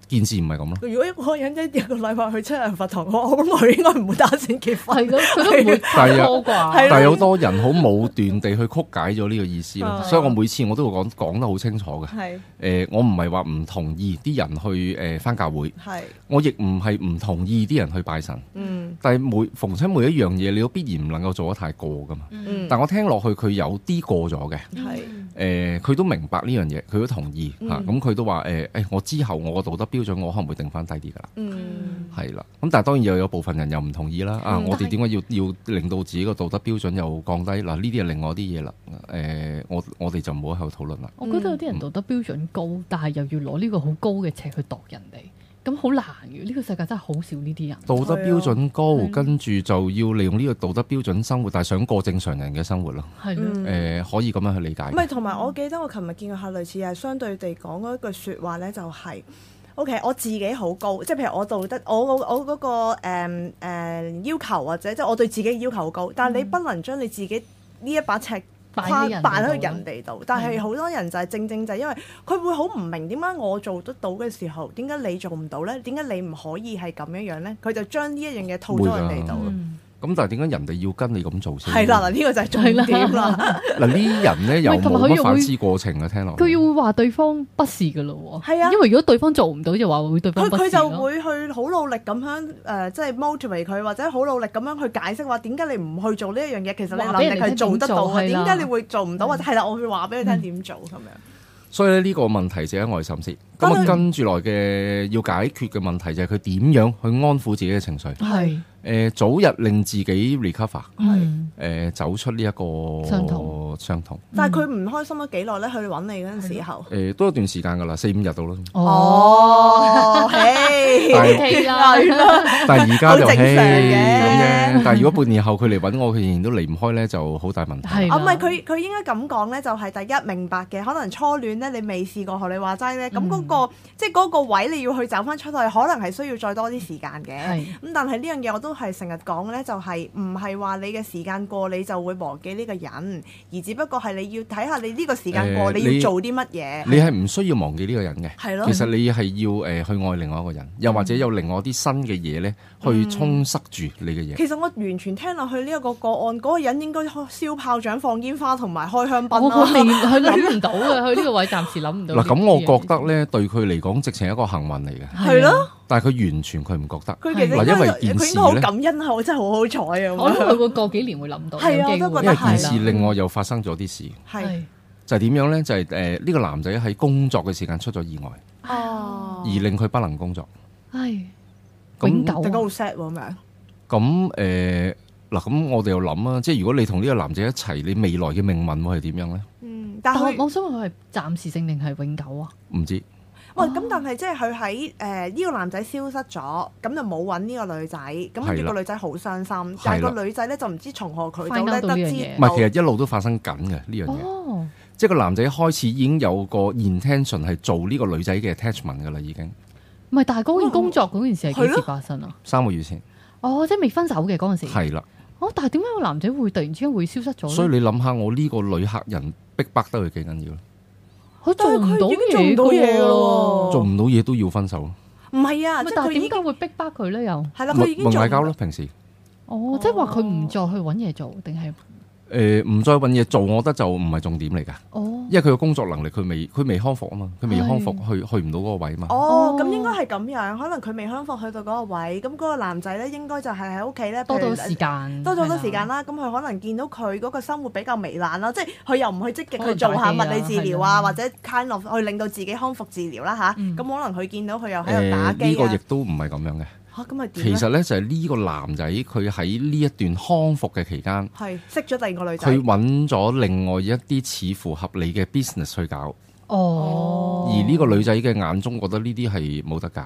[SPEAKER 1] 件事唔係咁咯。
[SPEAKER 3] 如果一個人一個禮拜去七日佛堂，我我諗佢應該唔會打算結
[SPEAKER 2] 係
[SPEAKER 3] 婚。
[SPEAKER 2] 咯，佢都唔會拍拖啩？
[SPEAKER 3] 係咯
[SPEAKER 1] 但係有好多人好武斷地去曲解咗呢個意思咯，
[SPEAKER 3] 啊
[SPEAKER 1] 所以我每次我都會講講得好清楚嘅。誒、呃
[SPEAKER 3] 係
[SPEAKER 1] 我唔係話唔同意啲人去誒翻、教會，
[SPEAKER 3] 係
[SPEAKER 1] 我亦唔係唔同意啲人去拜神。
[SPEAKER 3] 嗯
[SPEAKER 1] 但係每逢親每一樣嘢，你都必然唔能夠做得太過噶嘛。
[SPEAKER 3] 嗯
[SPEAKER 1] 但我聽落去，佢有啲過咗嘅。
[SPEAKER 2] Ừ.
[SPEAKER 1] 誒、
[SPEAKER 3] 係
[SPEAKER 1] 佢都明白呢樣嘢，佢都同意
[SPEAKER 3] 嗯
[SPEAKER 1] 嚇。咁、佢都話誒誒，我之後我個道德標準，我可能會定翻低啲㗎啦。
[SPEAKER 3] 嗯
[SPEAKER 1] 係啦，咁但係當然又有部分人又唔同意啦。啊，
[SPEAKER 3] 嗯
[SPEAKER 1] 我哋
[SPEAKER 2] 但係
[SPEAKER 1] 點解要要令到自己個道德標準又降低？嗱，呢啲係另外啲嘢啦。誒、我我哋就唔好喺度討論啦。
[SPEAKER 2] 我覺得有啲人道德標準高，但係又要攞呢個好高嘅尺去度人哋。咁好難嘅，呢、個世界真係好少呢啲人。
[SPEAKER 1] 道德標準高
[SPEAKER 2] 係啊，
[SPEAKER 1] 跟住就要利用呢個道德標準生活，但係想過正常人嘅生活咯。
[SPEAKER 2] 係咯，
[SPEAKER 3] 嗯
[SPEAKER 1] 誒、可以咁樣去理解嘅。
[SPEAKER 3] 唔係，同埋我記得我琴日見過下類似係相對地講嗰一句説話咧，就係、O.K. 我自己好高，即係譬如我道德，我我我嗰、個誒、誒要求或者即係我對自己嘅要求好高，但係你不能將你自己呢一把尺
[SPEAKER 2] 擺
[SPEAKER 3] 跨
[SPEAKER 2] 喺人
[SPEAKER 3] 擺
[SPEAKER 2] 哋
[SPEAKER 3] 喺
[SPEAKER 2] 度啊啦
[SPEAKER 3] 人哋度。但係好多人就係正正就係因為佢會好唔明點解我做得到嘅時候，點解你做唔到咧？點解你唔可以係咁樣樣咧？佢就將呢一樣嘢套咗人哋度。
[SPEAKER 2] 嗯
[SPEAKER 1] 咁但係點解人哋要跟你咁做先？
[SPEAKER 3] 係啦，嗱呢個就係重點 啦。
[SPEAKER 1] 嗱呢人咧又
[SPEAKER 2] 唔係同埋
[SPEAKER 1] 冇乜
[SPEAKER 2] 佢又會
[SPEAKER 1] 反思過程啊，聽落。
[SPEAKER 2] 佢要會話對方不是嘅咯喎。
[SPEAKER 3] 係啊
[SPEAKER 2] 因為如果對方做唔到，就話會對
[SPEAKER 3] 佢
[SPEAKER 2] 方不
[SPEAKER 3] 佢
[SPEAKER 2] 是
[SPEAKER 3] 就
[SPEAKER 2] 咯。
[SPEAKER 3] 會去好努力咁樣誒、呃即係 motivate 佢，或者好努力咁樣去解釋話點解你唔去做呢一樣嘢，其實你
[SPEAKER 2] 話
[SPEAKER 3] 能
[SPEAKER 2] 俾人
[SPEAKER 3] 力
[SPEAKER 2] 哋
[SPEAKER 3] 係
[SPEAKER 2] 聽
[SPEAKER 3] 做
[SPEAKER 2] 點
[SPEAKER 3] 得到
[SPEAKER 2] 做
[SPEAKER 3] 嘅，
[SPEAKER 2] 係啦嗯
[SPEAKER 3] 點解你會做唔到？或者係啦，我會話俾佢聽點做咁樣。
[SPEAKER 1] 所以咧呢個問題值得我哋深思。咁
[SPEAKER 3] 但
[SPEAKER 1] 啊
[SPEAKER 3] 係
[SPEAKER 1] 跟住來嘅要解決嘅問題就係佢點樣去安撫自己嘅情緒，誒、
[SPEAKER 2] 係
[SPEAKER 1] 呃早日令自己 recover，誒、呃
[SPEAKER 2] 嗯
[SPEAKER 1] 走出呢一個
[SPEAKER 2] 傷痛
[SPEAKER 1] 傷痛
[SPEAKER 3] 但係佢唔開心咗幾耐咧？佢揾你嗰陣時候，
[SPEAKER 1] 誒都有段時間㗎啦，四五日到 啦。
[SPEAKER 3] 哦，嘿
[SPEAKER 1] 但係
[SPEAKER 2] OK 啦，
[SPEAKER 1] 但係而家就
[SPEAKER 3] 好正常
[SPEAKER 1] 嘿
[SPEAKER 3] 嘅
[SPEAKER 1] 咁啫。但係如果半年後佢嚟揾我，佢仍然都離唔開咧，就好大問題。
[SPEAKER 2] 係啦
[SPEAKER 3] 啊，唔係佢佢應該咁講咧，就係第一明白嘅，可能初戀咧你未試過，學你話齋咧，咁
[SPEAKER 1] 嗯
[SPEAKER 3] 嗰、個即係嗰個位你要去走翻出去，可能係需要再多啲時間嘅。
[SPEAKER 2] 係
[SPEAKER 3] 咁但係呢樣嘢我都係成日講咧，就係唔係話你嘅時間過你就會忘記呢個人，而只不過係你要睇下你呢個時間過、
[SPEAKER 1] 誒
[SPEAKER 3] 你
[SPEAKER 1] 你
[SPEAKER 3] 要做啲乜嘢。
[SPEAKER 1] 你係唔需要忘記呢個人嘅。
[SPEAKER 3] 係咯嗯
[SPEAKER 1] 其，實你係要誒、呃去愛另外一個人，又或者有另外啲新嘅嘢咧，去充塞住你嘅嘢。
[SPEAKER 3] 其實我完全聽落去呢一個個案，嗰、個人應該燒炮仗、放煙花同埋開香檳
[SPEAKER 2] 我
[SPEAKER 3] 啦
[SPEAKER 1] 啊
[SPEAKER 2] 佢。連佢諗唔到嘅，佢呢個位暫時諗唔到。
[SPEAKER 1] 嗱，咁我覺得咧，對佢嚟講，直情係一個幸運嚟嘅。
[SPEAKER 3] 係咯，
[SPEAKER 1] 但係佢完全佢唔覺得。
[SPEAKER 3] 佢其實
[SPEAKER 2] 嗱
[SPEAKER 3] 應
[SPEAKER 1] 因為
[SPEAKER 3] 該
[SPEAKER 1] 件
[SPEAKER 3] 佢
[SPEAKER 1] 事
[SPEAKER 3] 應該好
[SPEAKER 1] 咧
[SPEAKER 3] 感恩啊！我真係好好彩啊！
[SPEAKER 2] 我
[SPEAKER 3] 咁
[SPEAKER 2] 諗
[SPEAKER 3] 樣
[SPEAKER 2] 佢會過幾年會諗到，
[SPEAKER 3] 係啊
[SPEAKER 2] 有機會
[SPEAKER 3] 我都
[SPEAKER 1] 因
[SPEAKER 3] 覺得
[SPEAKER 1] 為
[SPEAKER 3] 係啦
[SPEAKER 1] 件事另外又發生咗啲事，
[SPEAKER 3] 係
[SPEAKER 1] 就係點樣咧？就係誒呢個男仔喺工作嘅時間出咗意外，
[SPEAKER 3] 哦
[SPEAKER 1] 而令佢不能工作。
[SPEAKER 2] 係
[SPEAKER 1] 咁
[SPEAKER 2] 永久
[SPEAKER 3] 大家
[SPEAKER 2] 啊
[SPEAKER 3] 好 sad 喎咁樣。
[SPEAKER 1] 咁誒嗱，咁、我哋又諗啊，即係如果你同呢個男仔一齊，你未來嘅命運會係點樣咧？
[SPEAKER 3] 嗯，但
[SPEAKER 2] 但我
[SPEAKER 3] 係佢
[SPEAKER 2] 我想問佢係暫時性定係永久啊？
[SPEAKER 1] 唔知。
[SPEAKER 3] 喂，咁但係即係佢喺誒呢個男仔消失咗，咁就冇揾呢個女仔，咁跟
[SPEAKER 1] 係
[SPEAKER 3] 住
[SPEAKER 1] 啦
[SPEAKER 3] 個女仔好傷心，但
[SPEAKER 1] 係啦
[SPEAKER 3] 係個女仔咧就唔知從何渠道
[SPEAKER 2] Find
[SPEAKER 3] 咧
[SPEAKER 2] out 到
[SPEAKER 3] 得
[SPEAKER 2] 呢樣
[SPEAKER 3] 知
[SPEAKER 2] 嘢
[SPEAKER 1] 唔係，其實一路都發生緊嘅呢樣嘢。
[SPEAKER 2] 哦，
[SPEAKER 1] 即係個男仔開始已經有個 intention 係做呢個女仔嘅 attachment 噶啦，已經
[SPEAKER 2] 唔係，但係嗰件工作嗰件事係幾
[SPEAKER 3] 係
[SPEAKER 2] 時
[SPEAKER 3] 啊咯
[SPEAKER 2] 發生啊？
[SPEAKER 1] 三個月前
[SPEAKER 2] 哦，即係未分手嘅嗰陣時。
[SPEAKER 1] 係啦。
[SPEAKER 2] 哦，但係點解個男仔會突然之間會消失咗
[SPEAKER 1] 所以
[SPEAKER 2] 咧？
[SPEAKER 1] 你諗下，我呢個女客人逼迫得佢幾緊
[SPEAKER 3] 哦
[SPEAKER 1] 要，
[SPEAKER 2] 佢做唔到
[SPEAKER 3] 但係佢已
[SPEAKER 2] 嘢
[SPEAKER 3] 經做唔到嘢
[SPEAKER 2] 嘅
[SPEAKER 3] 咯
[SPEAKER 2] 喎
[SPEAKER 3] 哦。
[SPEAKER 1] 做唔到嘢都要分手，
[SPEAKER 3] 唔係啊，
[SPEAKER 2] 唔係
[SPEAKER 3] 即係
[SPEAKER 2] 但
[SPEAKER 3] 佢
[SPEAKER 2] 係
[SPEAKER 3] 已
[SPEAKER 2] 點
[SPEAKER 3] 經
[SPEAKER 2] 解會逼巴佢咧？又
[SPEAKER 3] 係啦，佢
[SPEAKER 1] 咪
[SPEAKER 3] 已經
[SPEAKER 1] 咪
[SPEAKER 3] 做
[SPEAKER 1] 嗌交
[SPEAKER 3] 唔
[SPEAKER 1] 咯。
[SPEAKER 3] 到
[SPEAKER 1] 平時
[SPEAKER 2] 哦，即係話佢唔再去揾嘢做，定係
[SPEAKER 1] 誒唔再揾嘢做，我覺得就唔係重點嚟㗎，
[SPEAKER 2] 哦
[SPEAKER 1] 因為佢嘅工作能力佢未佢未康復啊嘛，佢未康復
[SPEAKER 2] 係
[SPEAKER 1] 去去唔到嗰個位嘛。
[SPEAKER 3] 哦，
[SPEAKER 2] 哦
[SPEAKER 3] 咁應該係咁樣，可能佢未康復去到嗰個位，咁嗰個男仔咧應該就係喺屋企咧
[SPEAKER 2] 多
[SPEAKER 3] 譬如
[SPEAKER 2] 咗時間，
[SPEAKER 3] 呃多咗好多時
[SPEAKER 2] 係
[SPEAKER 3] 間
[SPEAKER 2] 啦。
[SPEAKER 3] 啦，咁佢可能見到佢嗰個生活比較糜爛啦，即係佢又唔去積
[SPEAKER 2] 可
[SPEAKER 3] 極去
[SPEAKER 2] 能
[SPEAKER 3] 做
[SPEAKER 2] 打
[SPEAKER 3] 下
[SPEAKER 2] 機啊
[SPEAKER 3] 物理治療啊，
[SPEAKER 2] 係啦
[SPEAKER 3] 或者 kind of 去令到自己康復治療啦吓，咁、
[SPEAKER 2] 嗯
[SPEAKER 3] 可能佢見到佢又喺度打
[SPEAKER 1] 誒呢
[SPEAKER 3] 機
[SPEAKER 1] 個亦
[SPEAKER 3] 啊，
[SPEAKER 1] 都唔係咁樣嘅，
[SPEAKER 3] 嚇咁咪點
[SPEAKER 1] 其
[SPEAKER 3] 咧？
[SPEAKER 1] 實呢，就係呢個男仔佢喺呢一段康復嘅期間，
[SPEAKER 3] 係識咗第二個女仔
[SPEAKER 1] 佢，揾咗另外一啲似乎合理嘅 business 去搞。
[SPEAKER 2] 哦，
[SPEAKER 1] 而呢個女仔嘅眼中覺得呢啲係冇得搞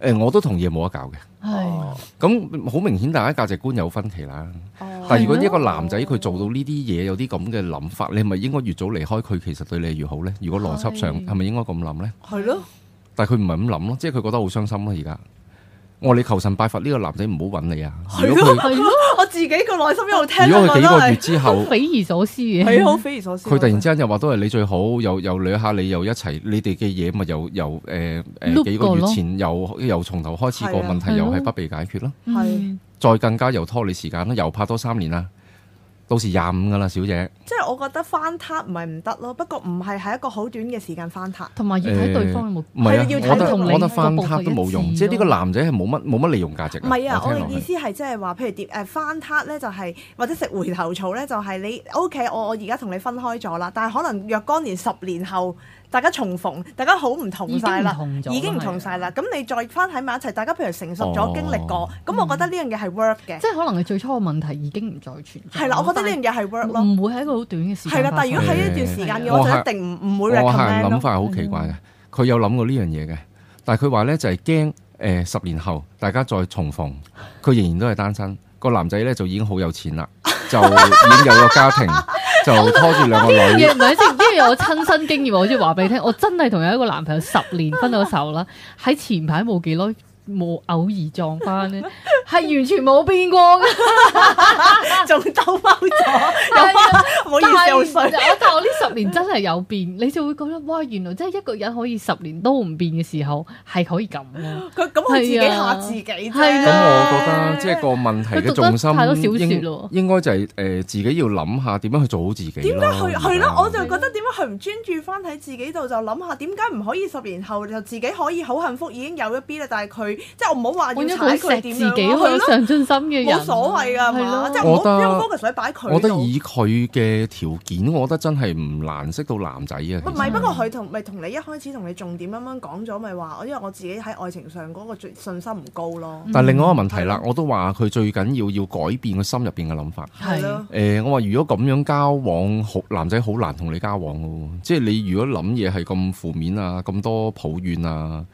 [SPEAKER 1] 嘅。誒、我都同意係冇得搞嘅。
[SPEAKER 2] 係
[SPEAKER 1] 咁好明顯，大家價值觀有分歧啦。
[SPEAKER 3] 哦
[SPEAKER 1] 但係如果
[SPEAKER 2] 係咯
[SPEAKER 1] 一個男仔佢做到呢啲嘢，有啲咁嘅諗法，你係咪應該越早離開佢，其實對你越好呢？如果邏輯上
[SPEAKER 2] 係
[SPEAKER 1] 係咪應該咁諗呢？
[SPEAKER 3] 係咯，
[SPEAKER 1] 但係佢唔係咁諗咯，即係佢覺得好傷心咯。而家我話你求神拜佛，呢、個男仔唔好揾你 啊！如果佢
[SPEAKER 2] 係咯，
[SPEAKER 3] 我自己個內心一路聽
[SPEAKER 1] 如
[SPEAKER 3] 到
[SPEAKER 1] 果佢
[SPEAKER 3] 我
[SPEAKER 1] 幾
[SPEAKER 3] 都
[SPEAKER 1] 個月
[SPEAKER 3] 係
[SPEAKER 1] 之 後，
[SPEAKER 2] 匪夷所思嘅。
[SPEAKER 3] 係好匪夷所思。
[SPEAKER 1] 佢突然之間又話都啊係你最好，又又掠下你，又一齊，你哋嘅嘢咪又又誒誒
[SPEAKER 2] Loop
[SPEAKER 1] 幾個
[SPEAKER 2] 過
[SPEAKER 1] 月
[SPEAKER 2] 咯
[SPEAKER 1] 前又又從頭開始個
[SPEAKER 3] 係啊
[SPEAKER 1] 問題，
[SPEAKER 2] 係
[SPEAKER 1] 又係
[SPEAKER 2] 咯
[SPEAKER 1] 不被解決咯。
[SPEAKER 2] 係
[SPEAKER 1] 再更加又拖你時間啦，又拍多三年啦，到時廿五噶啦，小姐。
[SPEAKER 3] 即係我覺得翻撻唔係唔得咯，不過唔係喺一個好短嘅時間翻撻。
[SPEAKER 2] 同埋要睇對方有冇
[SPEAKER 1] 唔係啊，
[SPEAKER 3] 係要睇
[SPEAKER 1] 我覺得
[SPEAKER 3] 同
[SPEAKER 1] 我
[SPEAKER 3] 你
[SPEAKER 1] 覺得翻
[SPEAKER 2] 嗰個步伐
[SPEAKER 1] 撻都冇
[SPEAKER 2] 一
[SPEAKER 1] 用，
[SPEAKER 2] 致
[SPEAKER 1] 即係呢個
[SPEAKER 2] 咯
[SPEAKER 1] 男仔係冇乜冇乜利用價值。
[SPEAKER 3] 唔係啊，我
[SPEAKER 1] 聽落
[SPEAKER 3] 嘅意
[SPEAKER 1] 去
[SPEAKER 3] 思係即係話，譬如碟誒翻撻咧，就係、或者食回頭草咧，就係、你 O、k 我我而家同你分開咗啦，但係可能若干年、十年後，大家重逢，大家好唔同晒啦，已
[SPEAKER 2] 已
[SPEAKER 3] 經
[SPEAKER 2] 經
[SPEAKER 3] 唔
[SPEAKER 2] 唔
[SPEAKER 3] 同
[SPEAKER 2] 同啊
[SPEAKER 3] 晒
[SPEAKER 2] 晒
[SPEAKER 3] 啦
[SPEAKER 2] 啦。
[SPEAKER 3] 咁你再翻喺埋一齊，大家譬如成熟咗、
[SPEAKER 1] 哦嗯
[SPEAKER 3] 經歷過，咁我覺得呢樣嘢係 work 嘅，
[SPEAKER 2] 即係可能佢最初嘅問題已經唔再存在。
[SPEAKER 3] 係啦，我覺得呢樣嘢係
[SPEAKER 2] 但
[SPEAKER 3] work
[SPEAKER 2] 係
[SPEAKER 3] 咯，
[SPEAKER 2] 唔會喺一個好短嗯嘅時間
[SPEAKER 3] 係
[SPEAKER 2] 發
[SPEAKER 3] 啦。
[SPEAKER 2] 生。
[SPEAKER 3] 但係如果喺
[SPEAKER 1] 係
[SPEAKER 3] 一段時間嘅，
[SPEAKER 1] 我
[SPEAKER 3] 我
[SPEAKER 1] 係
[SPEAKER 3] 就一定唔唔
[SPEAKER 1] 我
[SPEAKER 3] 會
[SPEAKER 1] 客人
[SPEAKER 3] recommend
[SPEAKER 1] 諗
[SPEAKER 3] 咯。
[SPEAKER 1] 法係好奇怪嘅，佢有諗過呢樣嘢嘅，但係佢話呢就係驚誒十年後大家再重逢，佢仍然都係單身。個男仔呢就已經好有錢啦，就已經有個家庭，就拖住兩個
[SPEAKER 2] 呢
[SPEAKER 1] 女
[SPEAKER 2] 樣嘢。唔係先，呢樣嘢我親身經驗，我先話俾你聽，我真係同有一個男朋友十年分咗手 啦，喺前排冇幾耐冇偶爾撞翻 咧，係完全冇變過嘅。
[SPEAKER 3] 仲兜踎咗，
[SPEAKER 2] 係啊
[SPEAKER 3] 又唔好意思，好
[SPEAKER 2] 但
[SPEAKER 3] 水。
[SPEAKER 2] 係我但係我呢十年真係有變，你就會覺得哇，原來真係一個人可以十年都唔變嘅時候係可以咁咯。
[SPEAKER 3] 佢咁佢自己
[SPEAKER 2] 係
[SPEAKER 3] 嚇
[SPEAKER 2] 啊
[SPEAKER 3] 自己啫。
[SPEAKER 2] 係
[SPEAKER 1] 咁
[SPEAKER 2] 啊
[SPEAKER 1] 我覺得即係個問題嘅重心
[SPEAKER 2] 佢讀得太多小說
[SPEAKER 1] 應
[SPEAKER 2] 咯
[SPEAKER 1] 應該就係誒自己要諗下點樣去做好自己
[SPEAKER 3] 點解
[SPEAKER 1] 咯。啊
[SPEAKER 3] 佢係咯？我就
[SPEAKER 2] 係
[SPEAKER 3] 覺得點解佢唔專注翻喺自己度，就諗下點解唔可以十年後就自己可以好幸福，已經有一 B 啦。但係佢即係我唔好話
[SPEAKER 2] 揾
[SPEAKER 3] 要
[SPEAKER 2] 一個好
[SPEAKER 3] 踩佢
[SPEAKER 2] 錫
[SPEAKER 3] 點
[SPEAKER 2] 自
[SPEAKER 3] 樣
[SPEAKER 2] 己、
[SPEAKER 3] 咯，
[SPEAKER 2] 好有
[SPEAKER 3] 係咯，
[SPEAKER 2] 上進心嘅人，啊
[SPEAKER 3] 冇所謂啊㗎係嘛，即係唔
[SPEAKER 1] 我
[SPEAKER 3] 好
[SPEAKER 1] 覺得
[SPEAKER 3] 將 focus 喺擺佢
[SPEAKER 1] 我覺得
[SPEAKER 3] 度
[SPEAKER 1] 以佢嘅條件，我覺得真係唔難識到男仔啊。其
[SPEAKER 3] 唔
[SPEAKER 1] 實
[SPEAKER 3] 係，不過佢同咪同你一開始同你重點咁樣講咗，咪話，因為我自己喺愛情上嗰個最信心唔高咯，
[SPEAKER 2] 嗯
[SPEAKER 1] 但另外一個問題啦，我都話佢最緊要要改變佢心入邊嘅諗法。
[SPEAKER 3] 係咯，
[SPEAKER 1] 誒、呃我話如果咁樣交往，好男仔好難同你交往嘅喎。即係你如果諗嘢係咁負面啊，咁多抱怨啊，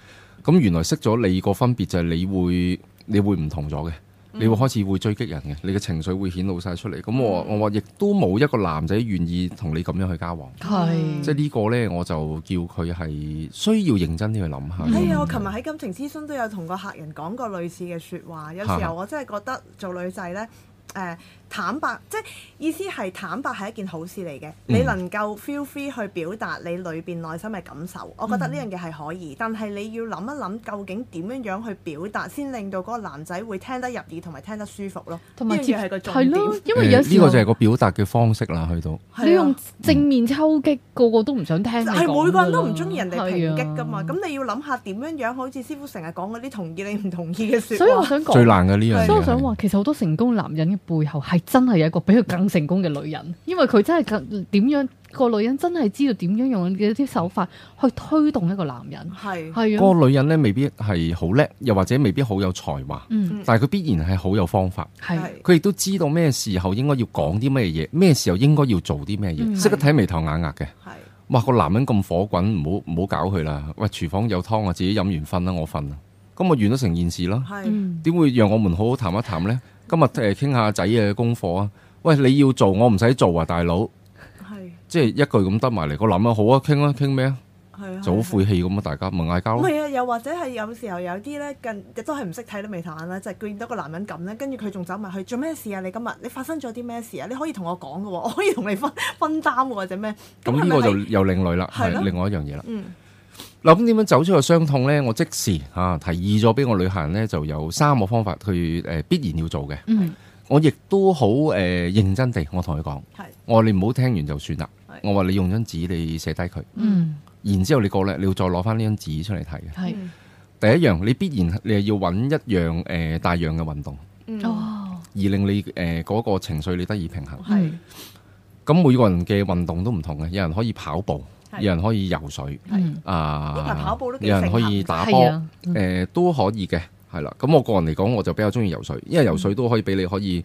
[SPEAKER 1] 咁原來識咗你個分別就係你會你會唔同咗嘅，
[SPEAKER 2] 嗯
[SPEAKER 1] 你會開始會追擊人嘅，你嘅情緒會顯露晒出嚟。咁我我話亦都冇一個男仔願意同你咁樣去交往。
[SPEAKER 2] 係
[SPEAKER 1] 即係呢個呢，我就叫佢係需要認真啲去諗下。
[SPEAKER 3] 哎
[SPEAKER 2] 啊
[SPEAKER 3] 呀，我琴日喺感情諮詢都有同個客人講過類似嘅説話，有時候我真係覺得做女仔呢，誒、坦白，即係意思係坦白係一件好事嚟嘅，你能夠 feel free 去表達你裏邊內心嘅感受，我覺得呢樣嘢係可以，但係你要諗一諗究竟點樣樣去表達，先令到嗰個男仔會聽得入耳同埋聽得舒服咯，
[SPEAKER 2] 同埋
[SPEAKER 3] 呢
[SPEAKER 2] 接
[SPEAKER 3] 樣嘢係個重點。
[SPEAKER 2] 咯，因為有
[SPEAKER 1] 誒呢
[SPEAKER 2] 時候
[SPEAKER 1] 個就係個表達嘅方式啦，去到。
[SPEAKER 3] 係啊
[SPEAKER 2] 你用正面抽擊，個個都唔想聽你講㗎啦。
[SPEAKER 3] 係每個人都唔中意人哋抨擊噶嘛，
[SPEAKER 2] 係啊
[SPEAKER 3] 咁、你要諗下點樣樣，好似師傅成日講嗰啲同意你唔同意嘅説話。
[SPEAKER 2] 所以我想
[SPEAKER 1] 最
[SPEAKER 2] 講，
[SPEAKER 1] 難嘅呢樣嘢係。
[SPEAKER 2] 所以我想話，其實好多成功男人嘅背後係真係有一個比佢更成功嘅女人，因為佢真係更點樣個女人真係知道點樣用一啲手法去推動一個男人。
[SPEAKER 3] 係
[SPEAKER 2] 係啊，
[SPEAKER 1] 嗰個女人呢，未必係好叻，又或者未必好有才華，
[SPEAKER 2] 嗯，
[SPEAKER 1] 但係佢必然係好有方法。
[SPEAKER 2] 係
[SPEAKER 1] 佢亦都知道咩時候應該要講啲咩嘢，咩時候應該要做啲咩
[SPEAKER 2] 嗯
[SPEAKER 1] 嘢，識得睇眉頭眼額嘅。
[SPEAKER 3] 係
[SPEAKER 1] 哇！個男人咁火滾，唔好唔好搞佢啦。喂，廚房有湯啊，自己飲完瞓啦，我瞓啦。咁啊我完咗成件事啦。
[SPEAKER 3] 係
[SPEAKER 2] 嗯
[SPEAKER 1] 點會讓我們好好談一談呢？今日誒傾下仔嘅功課啊！喂，你要做我唔使做啊，大佬！
[SPEAKER 3] 係
[SPEAKER 1] 即係一句咁得埋嚟，個男啊好啊，傾啊傾咩啊，
[SPEAKER 3] 係啊
[SPEAKER 1] 就好晦氣咁啊！大家咪嗌交
[SPEAKER 3] 唔
[SPEAKER 1] 咯。
[SPEAKER 3] 係啊，又或者係有時候有啲咧，近都係唔識睇到眉頭眼啦，就係見到個男人咁咧，跟住佢仲走埋去做咩事啊？你今日你發生咗啲咩事啊？你可以同我講嘅喎，我 可以同你分分擔喎，或者咩？
[SPEAKER 1] 咁
[SPEAKER 3] 係
[SPEAKER 1] 呢
[SPEAKER 3] 咪
[SPEAKER 1] 個就
[SPEAKER 3] 係
[SPEAKER 1] 又另類啦，
[SPEAKER 3] 係咯
[SPEAKER 1] 係另外一樣嘢啦。
[SPEAKER 3] 嗯
[SPEAKER 1] 嗱，咁點樣走出個傷痛呢？我即時啊提議咗俾我旅行呢，就有三個方法去誒、呃必然要做嘅。
[SPEAKER 2] 嗯
[SPEAKER 1] 我亦都好誒、呃、認真地，我同佢講，
[SPEAKER 3] 係
[SPEAKER 1] 我話你唔好聽完就算啦
[SPEAKER 3] 係。
[SPEAKER 1] 我話你用張紙你寫低佢，
[SPEAKER 2] 嗯
[SPEAKER 1] 然之後你過咧，你要再攞翻呢張紙出嚟睇嘅。
[SPEAKER 2] 係
[SPEAKER 3] 嗯
[SPEAKER 1] 第一樣，你必然你係要揾一樣誒、呃大樣嘅運動，
[SPEAKER 3] 嗯
[SPEAKER 2] 哦
[SPEAKER 1] 而令你誒嗰、個情緒你得以平衡。
[SPEAKER 3] 係
[SPEAKER 1] 咁每個人嘅運動都唔同嘅，有人可以跑步，
[SPEAKER 3] 係
[SPEAKER 1] 有人可以游水，
[SPEAKER 2] 嗯
[SPEAKER 1] 啊，
[SPEAKER 3] 嗰排跑步都幾
[SPEAKER 1] 有人可以打波，
[SPEAKER 2] 係
[SPEAKER 1] 誒、
[SPEAKER 2] 啊
[SPEAKER 1] 都可以嘅，係啦。咁我個人嚟講，我就比較中意游水，因為游
[SPEAKER 2] 嗯
[SPEAKER 1] 水都可以俾你可以。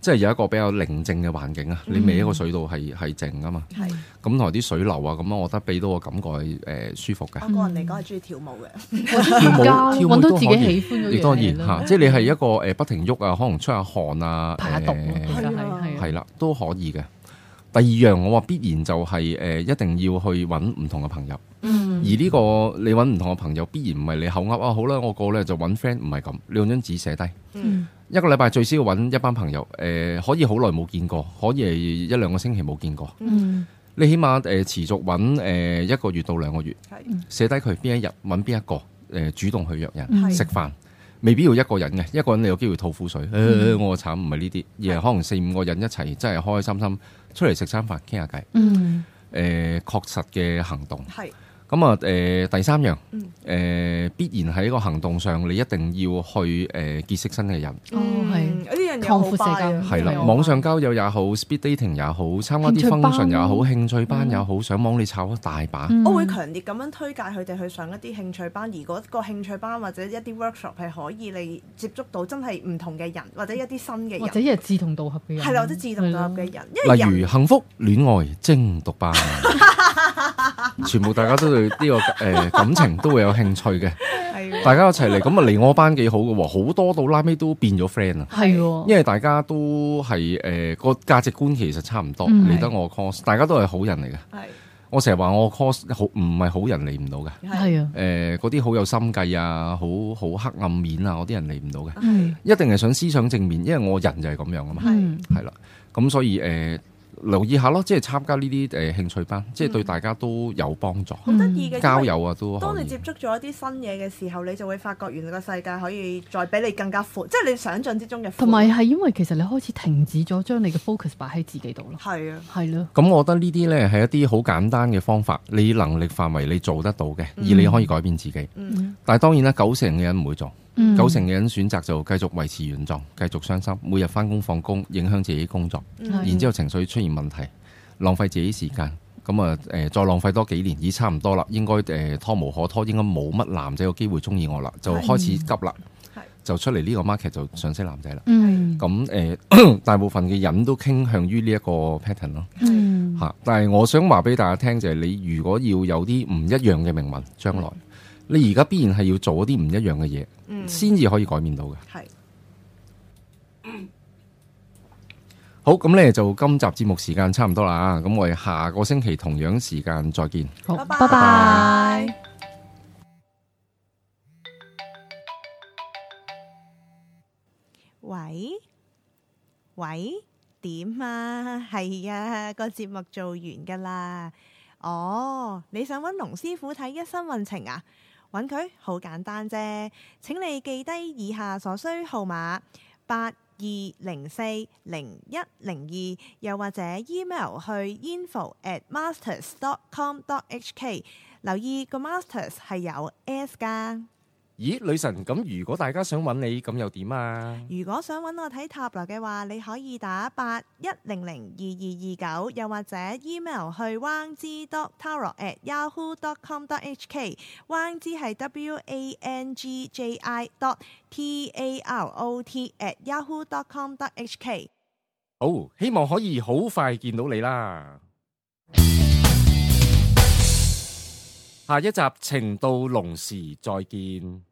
[SPEAKER 1] 即係有一個比較寧靜嘅環境啊，
[SPEAKER 2] 嗯
[SPEAKER 1] 你孭一個水度係係靜噶嘛，
[SPEAKER 3] 係
[SPEAKER 1] 咁同埋啲水流啊，咁我覺得俾到我感覺係誒舒服嘅。
[SPEAKER 3] 我
[SPEAKER 2] 嗯
[SPEAKER 3] 個人嚟講係中意跳舞嘅，哦
[SPEAKER 1] 跳舞
[SPEAKER 2] 交
[SPEAKER 1] 跳
[SPEAKER 2] 揾
[SPEAKER 1] 舞
[SPEAKER 2] 到
[SPEAKER 1] 都
[SPEAKER 2] 自
[SPEAKER 1] 可
[SPEAKER 2] 己
[SPEAKER 1] 以，
[SPEAKER 2] 喜歡嗰
[SPEAKER 1] 亦當
[SPEAKER 2] 樣
[SPEAKER 1] 然
[SPEAKER 2] 嘢咯
[SPEAKER 1] 嚇，即係你係一個誒不停喐啊，可能出下汗啊，
[SPEAKER 2] 排毒咯，
[SPEAKER 1] 誒
[SPEAKER 2] 其實係
[SPEAKER 3] 係啊
[SPEAKER 2] 係啊
[SPEAKER 1] 係啦，都可以嘅。第二樣我話必然就係誒一定要去揾唔同嘅朋友。而
[SPEAKER 2] 嗯
[SPEAKER 1] 呢個你揾唔同嘅朋友，必然唔係你口噏啊，好啦，我個咧就揾 friend，唔係咁，你用張紙寫低，
[SPEAKER 2] 嗯
[SPEAKER 1] 一個禮拜最少要揾一班朋友，誒、可以好耐冇見過，可以係一兩個星期冇見過，
[SPEAKER 2] 嗯
[SPEAKER 1] 你起碼誒、呃持續揾誒、一個月到兩個月，
[SPEAKER 3] 係
[SPEAKER 1] 寫低佢邊一日揾邊一個，誒、呃主動去約人
[SPEAKER 2] 嗯
[SPEAKER 1] 食飯。未必要一個人嘅，一個人你有機會吐苦水，誒、我慘唔係呢啲，而係可能四五個人一齊，真係開開心心出嚟食餐飯傾下偈，誒、
[SPEAKER 2] 嗯
[SPEAKER 1] 確實嘅行動。
[SPEAKER 3] 係
[SPEAKER 1] 咁啊，誒、第三樣，誒、
[SPEAKER 3] 嗯
[SPEAKER 1] 必然喺個行動上，你一定要去誒、結識新嘅人，
[SPEAKER 2] 哦係
[SPEAKER 3] 嗯呢樣嘢
[SPEAKER 2] 擴闊
[SPEAKER 3] 好
[SPEAKER 2] 世界
[SPEAKER 3] buy 啊
[SPEAKER 2] 嗯
[SPEAKER 1] 係啦、
[SPEAKER 2] 因為我
[SPEAKER 1] 網上交友也好，speed dating 也好，參加
[SPEAKER 2] 興
[SPEAKER 1] 啲
[SPEAKER 2] 趣班
[SPEAKER 1] function 也好，興趣班也好，上網你炒一大把，
[SPEAKER 2] 嗯
[SPEAKER 3] 我會強烈咁樣推介佢哋去上一啲興趣班，而嗰個興趣班或者一啲 workshop 係可以你接觸到真係唔同嘅人，或者一啲新嘅
[SPEAKER 2] 嗯或者
[SPEAKER 3] 人，
[SPEAKER 2] 一係志同道合嘅人，
[SPEAKER 3] 係啦，或者志同道合嘅
[SPEAKER 2] 係
[SPEAKER 3] 人，因為
[SPEAKER 1] 例
[SPEAKER 3] 人
[SPEAKER 1] 如幸福戀愛精讀 班， 全部大家都對呢、個誒、感情都會有興趣嘅。
[SPEAKER 3] 係啊
[SPEAKER 1] 大家一齊嚟，咁啊嚟我班幾好嘅喎，好多到拉尾都變咗 friend 啊！
[SPEAKER 2] 係喎，
[SPEAKER 1] 因為大家都係誒個價值觀其實差唔多，
[SPEAKER 2] 嗯
[SPEAKER 1] 嚟得我 course，大家都係好人嚟嘅。
[SPEAKER 3] 係
[SPEAKER 1] 我成日話我 course 好唔係好人嚟唔到嘅，
[SPEAKER 2] 係啊，
[SPEAKER 1] 誒嗰啲好有心計啊，好好黑暗面啊，嗰啲人嚟唔到嘅，
[SPEAKER 2] 嗯
[SPEAKER 1] 一定係想思想正面，因為我人就係咁樣啊嘛，
[SPEAKER 2] 嗯
[SPEAKER 1] 係啦，咁所以誒、呃留意下咯，即係參加呢啲誒興趣
[SPEAKER 3] 嗯
[SPEAKER 1] 班，即係對大家都有幫助，
[SPEAKER 3] 好得意嘅
[SPEAKER 1] 交
[SPEAKER 3] 因為
[SPEAKER 1] 友啊都
[SPEAKER 3] 嗯當
[SPEAKER 1] 可
[SPEAKER 3] 你
[SPEAKER 1] 以
[SPEAKER 3] 接。觸咗一啲新嘢嘅時候，你就會發覺原來個世界可以再比你更加闊，即係你想象之中嘅闊。
[SPEAKER 2] 同埋係因為其實你開始停止咗將你嘅 focus 擺喺自己度咯，
[SPEAKER 3] 係啊，
[SPEAKER 2] 係咯，
[SPEAKER 1] 咁我覺得呢啲呢係一啲好簡單嘅方法，你能力範圍你做得到嘅，而
[SPEAKER 3] 嗯
[SPEAKER 1] 你可以改變自己。
[SPEAKER 3] 嗯
[SPEAKER 1] 但係當然啦，九成嘅人唔會做，
[SPEAKER 2] 嗯
[SPEAKER 1] 九成嘅人選擇就繼續維持原狀，繼續傷心，每日翻工放工，影響自己工作，
[SPEAKER 3] 嗯
[SPEAKER 2] 係
[SPEAKER 1] 然之後情緒出現問題，浪費自己時間。咁啊，誒、再浪費多幾年，已差唔多啦，應該誒、拖無可拖，應該冇乜男仔有機會中意我啦，就開始急啦
[SPEAKER 3] 係，
[SPEAKER 1] 就出嚟呢個 market 就想識男仔啦。
[SPEAKER 2] 嗯
[SPEAKER 1] 咁誒、大部分嘅人都傾向於呢一個 pattern 咯。
[SPEAKER 2] 嗯
[SPEAKER 1] 吓，但係我想話俾大家聽就係、你如果要有啲唔一樣嘅命運，將來你而家必然係要做一啲唔一樣嘅嘢，
[SPEAKER 3] 嗯
[SPEAKER 1] 先至可以改變到嘅。
[SPEAKER 3] 係
[SPEAKER 1] 好，咁呢就今集節目時間差唔多啦，咁我哋下個星期同樣時間再見。
[SPEAKER 2] 好，
[SPEAKER 3] 拜拜
[SPEAKER 2] 拜拜。
[SPEAKER 3] 喂喂，點啊？係啊，個節目做完噶啦。哦，你想揾龍師傅睇一生運程啊？揾佢好簡單啫。請你記低以下所需號碼八二零四零一零二，又或者 email 去 info at masters dot com dot hk。留意個 masters 係有 s 㗎。
[SPEAKER 1] 咦，女神，咁如果大家想揾你，咁又點啊？
[SPEAKER 3] 如果想揾我睇塔羅嘅話，你可以打八一零零二二二九，又或者 email 去 wang z dot tarot at yahoo dot com dot hk。wang z 係 w a n g j i dot t a r o t at yahoo dot com dot hk。
[SPEAKER 1] 好，希望可以好快見到你啦。下一集情到濃時再見。